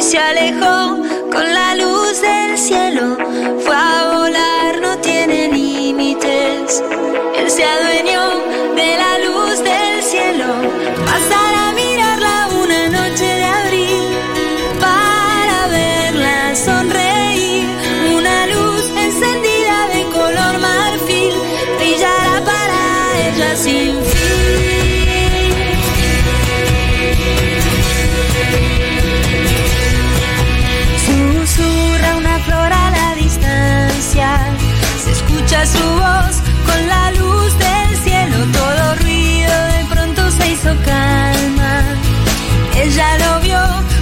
se alejó con la luz del cielo. Fue a volar, no tiene límites. Él se adueñó de la luz del cielo. Pasar a mirarla una noche de abril para verla sonreír. Una luz encendida de color marfil brillará para ella sin fin. Susurra una flor a la distancia. Se escucha su voz con la luz del cielo. Todo ruido de pronto se hizo calma. Ella lo vio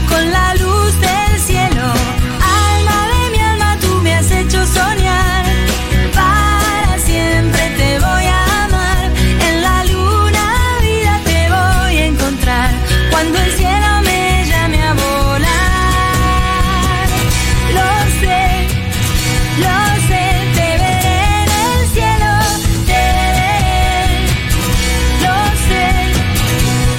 con la luz del cielo. Alma de mi alma, tú me has hecho soñar. Para siempre te voy a amar. En la luna vida te voy a encontrar. Cuando el cielo me llame a volar. Lo sé, lo sé, te veré en el cielo. Te veré. Lo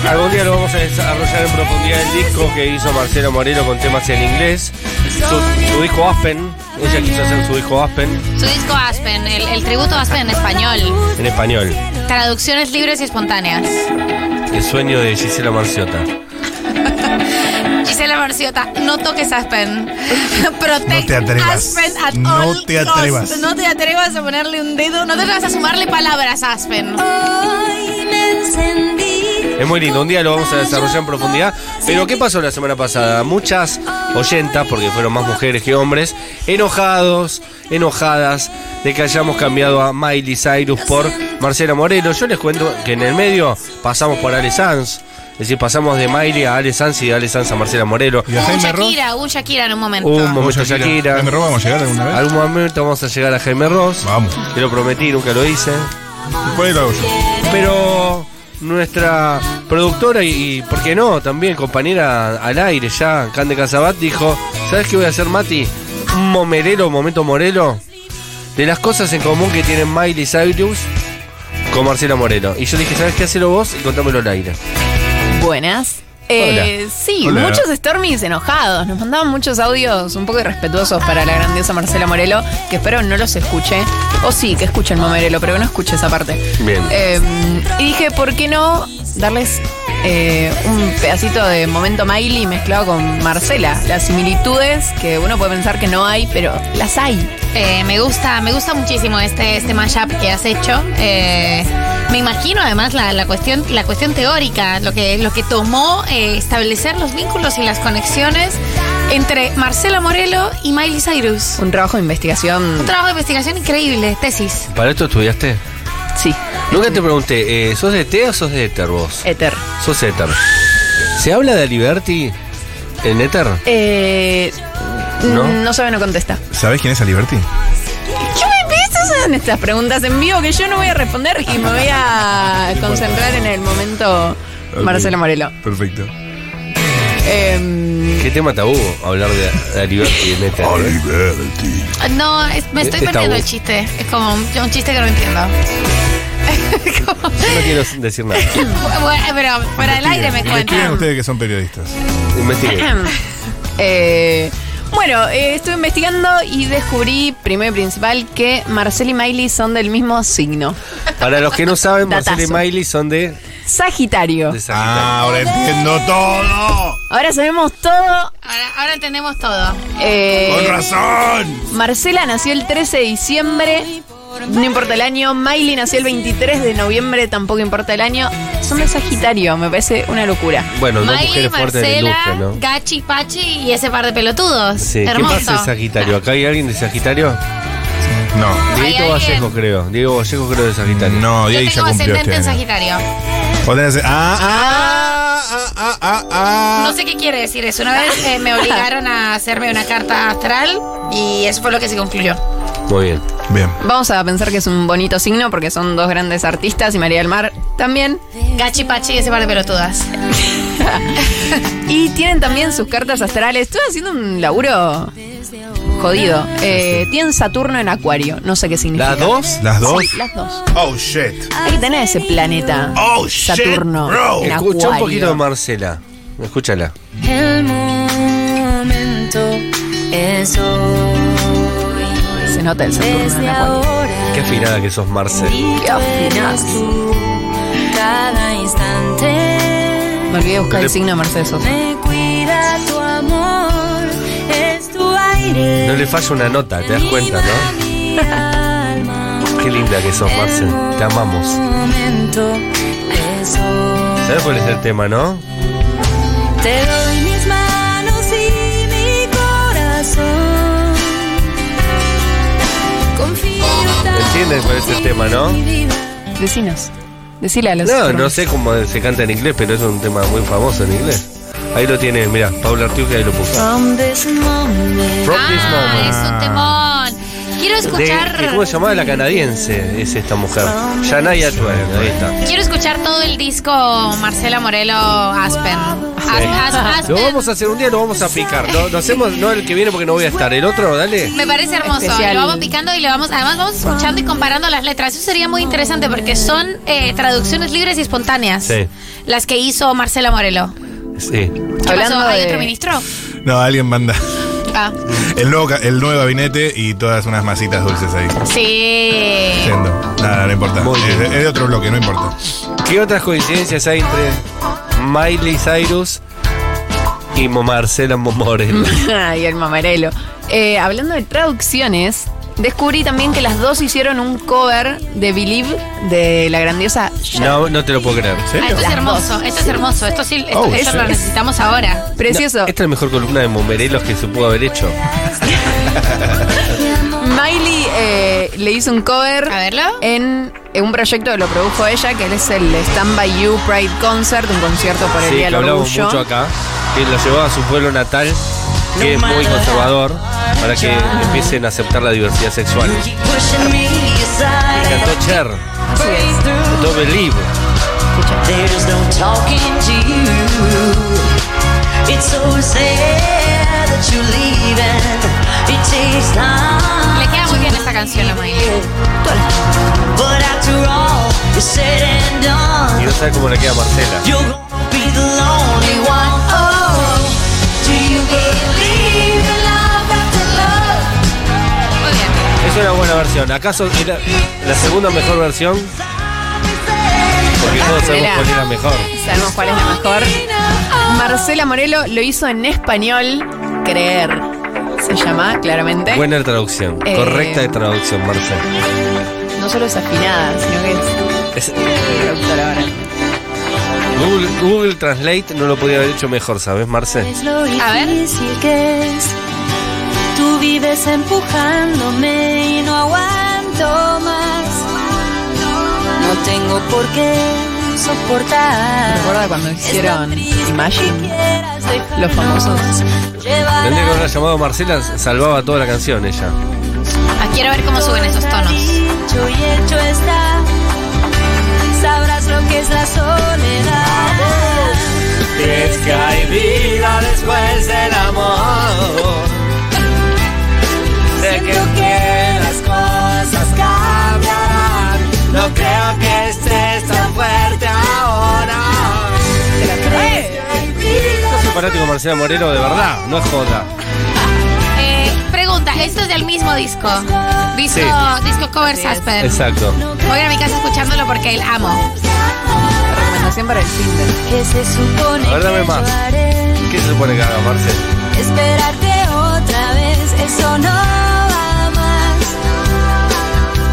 sé. Algún día lo vamos a desarrollar en profundidad el disco que hizo Marcelo Moreno con temas en inglés. Su, su disco Aspen, ella quiso hacer su disco Aspen Su disco Aspen, el, el tributo a Aspen en español. en español. Traducciones libres y espontáneas. El sueño de Gisela Marciota. Gisela Marciota, no toques Aspen. Protect No te atrevas. Aspen at No all te costs. atrevas. No te atrevas a ponerle un dedo, no te atrevas a sumarle palabras a Aspen. Hoy me encendí. Es muy lindo, un día lo vamos a desarrollar en profundidad. Pero ¿qué pasó la semana pasada? Muchas oyentas, porque fueron más mujeres que hombres, enojados, enojadas de que hayamos cambiado a Miley Cyrus por Marcela Moreno. Yo les cuento que en el medio pasamos por Ale Sanz. Es decir, pasamos de Miley a Ale Sanz y de Ale Sanz a Marcela Moreno. ¿Y a Un Jaime Ross? Shakira, un Shakira en un momento. Un momento Vamos a Shakira. Jaime Ross, vamos a llegar alguna vez. Algún momento vamos a llegar a Jaime Ross. Vamos. Te lo prometí, nunca lo hice. Después lo hago yo. Pero nuestra productora y, y, ¿por qué no? También compañera al aire ya, Cande Casabat, dijo, ¿sabes qué voy a hacer, Mati? Un momerelo, momento morelo, de las cosas en común que tienen Miley Cyrus con Marcela Moreno. Y yo dije, ¿sabes qué? Hacelo vos y contámelo al aire. Buenas. Eh, sí, Hola. muchos Stormies enojados. Nos mandaban muchos audios un poco irrespetuosos para la grandiosa Marcela Morelo, que espero no los escuche. O sí, que escuchen Morelo, pero que no escuche esa parte. Bien. Eh, y dije, ¿por qué no darles eh, un pedacito de momento Miley mezclado con Marcela? Las similitudes que uno puede pensar que no hay, pero las hay. Eh, me gusta, me gusta muchísimo este, este mashup que has hecho. Eh, me imagino además la, la cuestión, la cuestión teórica, lo que, lo que tomó eh, establecer los vínculos y las conexiones entre Marcela Morelo y Miley Cyrus. Un trabajo de Un investigación. trabajo de investigación increíble, tesis. ¿Para esto estudiaste? Sí, Nunca te pregunté, eh, ¿sos de T o sos de Éter vos? Ether. Sos Éter. ¿Se habla de Liberty en Éter? Eh, ¿No? ¿No? no sabe, no contesta. ¿Sabés quién es Aliberti? ¿Qué me empiezas en estas preguntas en vivo que yo no voy a responder y me voy a concentrar en el momento Marcelo Morelo? Perfecto. Em, ¿Qué tema tabú hablar de, de Liberty en este Éter? Aliberti. No, es- me estoy Este Está perdiendo bu- el chiste. Es como un, un chiste que no entiendo. Yo no quiero decir nada. Bueno, pero fuera del aire me Investiguen cuentan. ustedes que son periodistas. Investigué. eh, bueno, eh, estuve investigando y descubrí, primero y principal, que Marcelo y Miley son del mismo signo. Para los que no saben, Marcela y Datazo. Miley son de, Sagitario. de Sagitario. Ah, ahora entiendo todo. Ahora sabemos todo. Ahora, ahora entendemos todo. eh, Con razón. Marcela nació el 13 de diciembre, no importa el año. Miley nació el 23 de noviembre, tampoco importa el año. Son de Sagitario, me parece una locura. Bueno, dos Miley, mujeres fuertes de Marcela, lujo, ¿no? Gachi, Pachi y ese par de pelotudos. Sí, ¿qué Hermoso. pasa de Sagitario? ¿Acá hay alguien de Sagitario? No. Diego alguien? Vallejo, creo. Diego Vallejo, creo, de Sagitario. No, Yo Diego ya tengo cumplió ascendente en este año. Sagitario. Vos tenés- Ah, ah, ah, ah, ah, No ah. sé qué quiere decir eso. Una vez eh, me obligaron a hacerme una carta astral y eso fue lo que se concluyó. Muy bien. Bien. Vamos a pensar que es un bonito signo porque son dos grandes artistas y María del Mar también. Gachi, Pachi y ese par de pelotudas. Y tienen también sus cartas astrales. Estoy haciendo un laburo jodido. Eh, tienen Saturno en Acuario, no sé qué significa. ¿Las dos? Las dos. Sí, las dos. Oh shit. Hay que tener ese planeta. Oh shit. Saturno. bro. en Escucha un Acuario. poquito de Marcela. Escúchala. El momento. es hoy. Se nota el Saturno en Desde la cual. ahora. Qué afinada que sos, Marcel. bendito Qué afinás. eres tú, Cada instante. Me olvidé de buscar Dale. el signo de Mercedes Sosa. Me cuida tu amor, es tu aire. No le falla una nota, te das cuenta, ¿no? ¿no? Qué linda que sos, Marcel. Te amamos. Momento es hoy. ¿Sabes cuál es el tema, no? Te doy mis manos y mi corazón. Confío tanto ¿Entienden cuál es el en tema, no? mi vida. Vecinos. Decile a los. No, no hermanos. sé cómo se canta en inglés, pero es un tema muy famoso en inglés. Ahí lo tienes, mira, Paula Artiuca ahí lo puso. From this moment. From this Ah, moment. es un temón. Quiero De- escuchar. de- ¿Cómo se llamaba la canadiense? Es esta mujer. Shania Twain, ahí está. Quiero escuchar todo el disco Marcela Morelo Aspen. As- as- Lo Aspen. vamos a hacer un día, lo vamos a picar. Lo, lo hacemos, no el que viene porque no voy a estar. El otro, dale. Me parece hermoso. Especial. Lo vamos picando y lo vamos, además vamos escuchando y comparando las letras. Eso sería muy interesante porque son eh, traducciones libres y espontáneas. Sí. Las que hizo Marcela Morelo. Sí. ¿Qué Hablando pasó? ¿Hay de- otro ministro? No, alguien manda Ah, el nuevo, ca- el nuevo gabinete y todas unas masitas dulces ahí. sí. Yendo. Nada, no importa. Muy Es, bien. de- es de otro bloque, no importa. ¿Qué otras coincidencias hay entre Miley Cyrus y Mo- Marcela Mo- Moreno? Mm. y el mamarelo. Eh, hablando de traducciones, descubrí también que las dos hicieron un cover de Believe de la grandiosa. No, no te lo puedo creer. Ah, esto es Las hermoso, esto es hermoso. Esto sí, esto, Oh, esto sí. lo necesitamos ahora. Precioso. No, esta es la mejor columna de Momerelos que se pudo haber hecho. Miley eh, le hizo un cover A verlo. en, en un proyecto que lo produjo ella, que es el Stand By You Pride Concert, un concierto por el Sí, que Día del hablamos Orgullo. mucho acá. Que lo llevó a su pueblo natal, que es muy conservador, para que empiecen a aceptar la diversidad sexual. Keep pushing me aside. Me encantó Cher, Así es. cantó Believe. There's no talking to you. It's so sad that you're leaving. It takes time. Le queda muy bien esta canción a Miley. But after all, it's said and Y done. no sabe cómo le queda a Marcela. You're gonna be the lonely one. Oh, do you believe in love after love? Muy bien. Es una buena versión. ¿Acaso era la segunda mejor versión? Porque todos sabemos Mira. cuál era mejor. Sabemos cuál es la mejor. Marcela Morelo lo hizo en español, Creer. Se llama, claramente. Buena traducción, Eh. correcta de traducción, Marcela. No solo es afinada, sino que es Es- eh, traductora ahora. Google, Google Translate no lo podía haber hecho mejor, ¿sabes, Marcel? Es lo A ver. difícil que es. Tú vives empujándome y no aguanto más. No tengo por qué soportar. Recuerda cuando Esta hicieron triste que Imagine. quieras dejarnos los famosos. llevar Tendría que haberla llamado Marcela, salvaba toda la canción ella. Ah, quiero ver cómo suben esos tonos. Dicho y hecho está. Sabrás lo que es la soledad. Es que hay vida después del amor. Sé Siento que las cosas cambiarán. no creo que estés tan fuerte ahora. Soy fanático de Marcela Moreno, de verdad, no es joda. Eh, pregunta, ¿esto es del mismo disco? Disco, Sí. disco Covers Aspen. Exacto. Voy a ir a mi casa escuchándolo porque él amo. Recomendación para el Tinder. que se supone A ver, dame que más. yo haré? ¿Qué se supone que haga Marcela? Esperarte otra vez, eso no va más.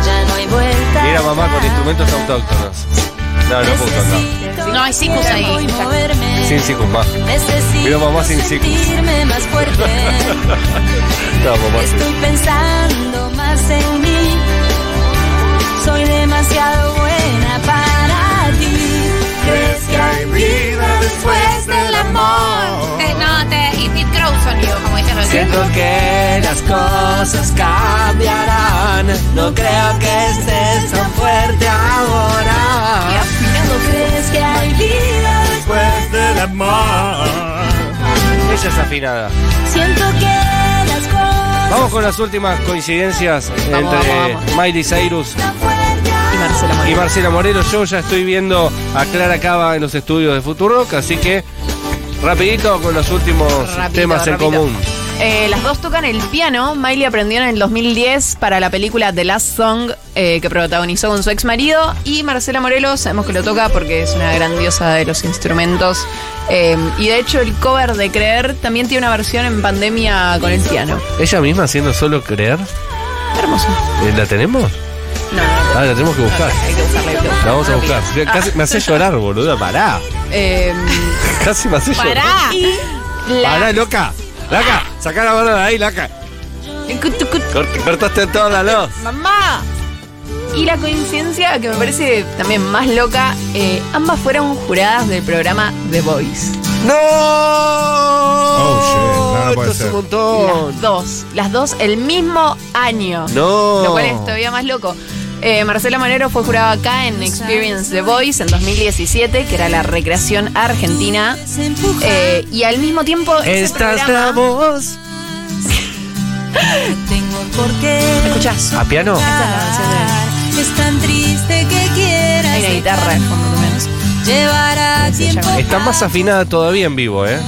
Ya no hay vuelta. Mira mamá con atrás. instrumentos autóctonos. No, no puedo cantar. Necesito No, hay cicus ahí. moverme y moverme. Sin circunma. Necesito Mira, mamá, sin cicus. sentirme más fuerte. No, mamá. sí. Estoy pensando más en mí. Soy demasiado buena para ti. ¿Crees que hay vida después del amor? Eh, no, te, it, it grows on you, como dicen los Siento que las cosas cambiarán. No creo que estés tan fuerte ahora. ¿No crees que hay vida después? Después del amor. Ella es afinada. Siento que las cosas Vamos con las últimas coincidencias entre vamos, Miley Cyrus Y Marcela y Morelo. Marcela Moreno. Yo ya estoy viendo a Clara Cava en los estudios de Futurock, así que rapidito con los últimos Rapidito, temas en rapidito. común. Eh, las dos tocan el piano. Miley aprendió en el 2010 para la película The Last Song eh, que protagonizó con su ex marido. Y Marcela Morelos, sabemos que lo toca porque es una grandiosa de los instrumentos. Eh, y de hecho, el cover de Creer también tiene una versión en pandemia con el piano. ¿Ella misma haciendo solo creer? Hermoso. Eh, ¿La tenemos? No, no, Ah, la tenemos que buscar. hay que buscarla. hay que buscarla. La vamos a Una buscar. pila. Casi me hace llorar, boluda. Pará. Eh, Casi me hace Pará. llorar. la- Pará, loca. Laca, sacá la mano de ahí, laca. Cort- Cortaste toda la luz. ¡Mamá! Y la coincidencia que me parece también más loca, eh, ambas fueron juradas del programa The Voice. ¡No! Oh, shit. No, no puede Esto es un ser. montón. Las dos, las dos el mismo año. No. Lo cual es todavía más loco. Eh, Marcela Manero fue jurada acá en Experience The Voice en 2017, que era la recreación argentina. Eh, y al mismo tiempo, ese Esta es programa- la voz. Tengo por qué. ¿Me escuchás? ¿A piano? Esta es la canción de- Es tan triste que quieras. Hay una guitarra de fondo también. Llevará se llama? tiempo. Está más afinada todavía en vivo, ¿eh?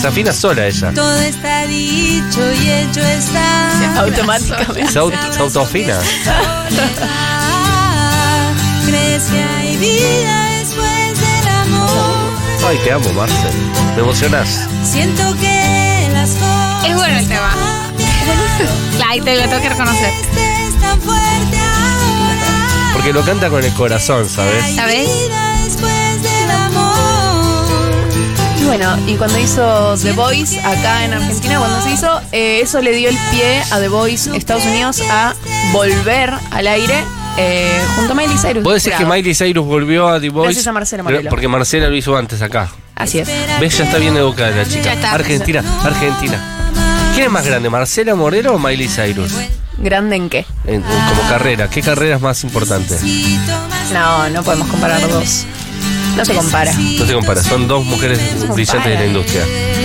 Se afina sola ella. Todo está dicho y hecho está. Automáticamente. Se, auto- se autoafina. Soledad, ¿Crees que hay vida después del amor? Ay, te amo, Marcel. Me emocionás. Siento que las cosas. Es bueno el tema. La, ahí te lo tengo que reconocer. Estés Este tan fuerte ahora. Porque lo canta con el corazón, ¿sabes? ¿Sabes? Hay vida después del amor. Y bueno, y cuando hizo The Voice acá en Argentina, cuando se hizo, eh, eso le dio el pie a The Voice Estados Unidos a volver al aire eh, junto a Miley Cyrus. ¿Vos decís que Jurado. Miley Cyrus volvió a The Voice? Gracias a Marcela Morelo. Pero- Porque Marcela lo hizo antes acá. Así es. ¿Ves? Ya está bien educada la Ya chica. está. Argentina, Argentina. ¿Quién es más grande, Marcela Morero o Miley Cyrus? ¿Grande en qué? En- como carrera, ¿qué carrera es más importante? Si tomas No, no podemos comparar dos. No se compara. No se compara, son dos mujeres brillantes de la industria.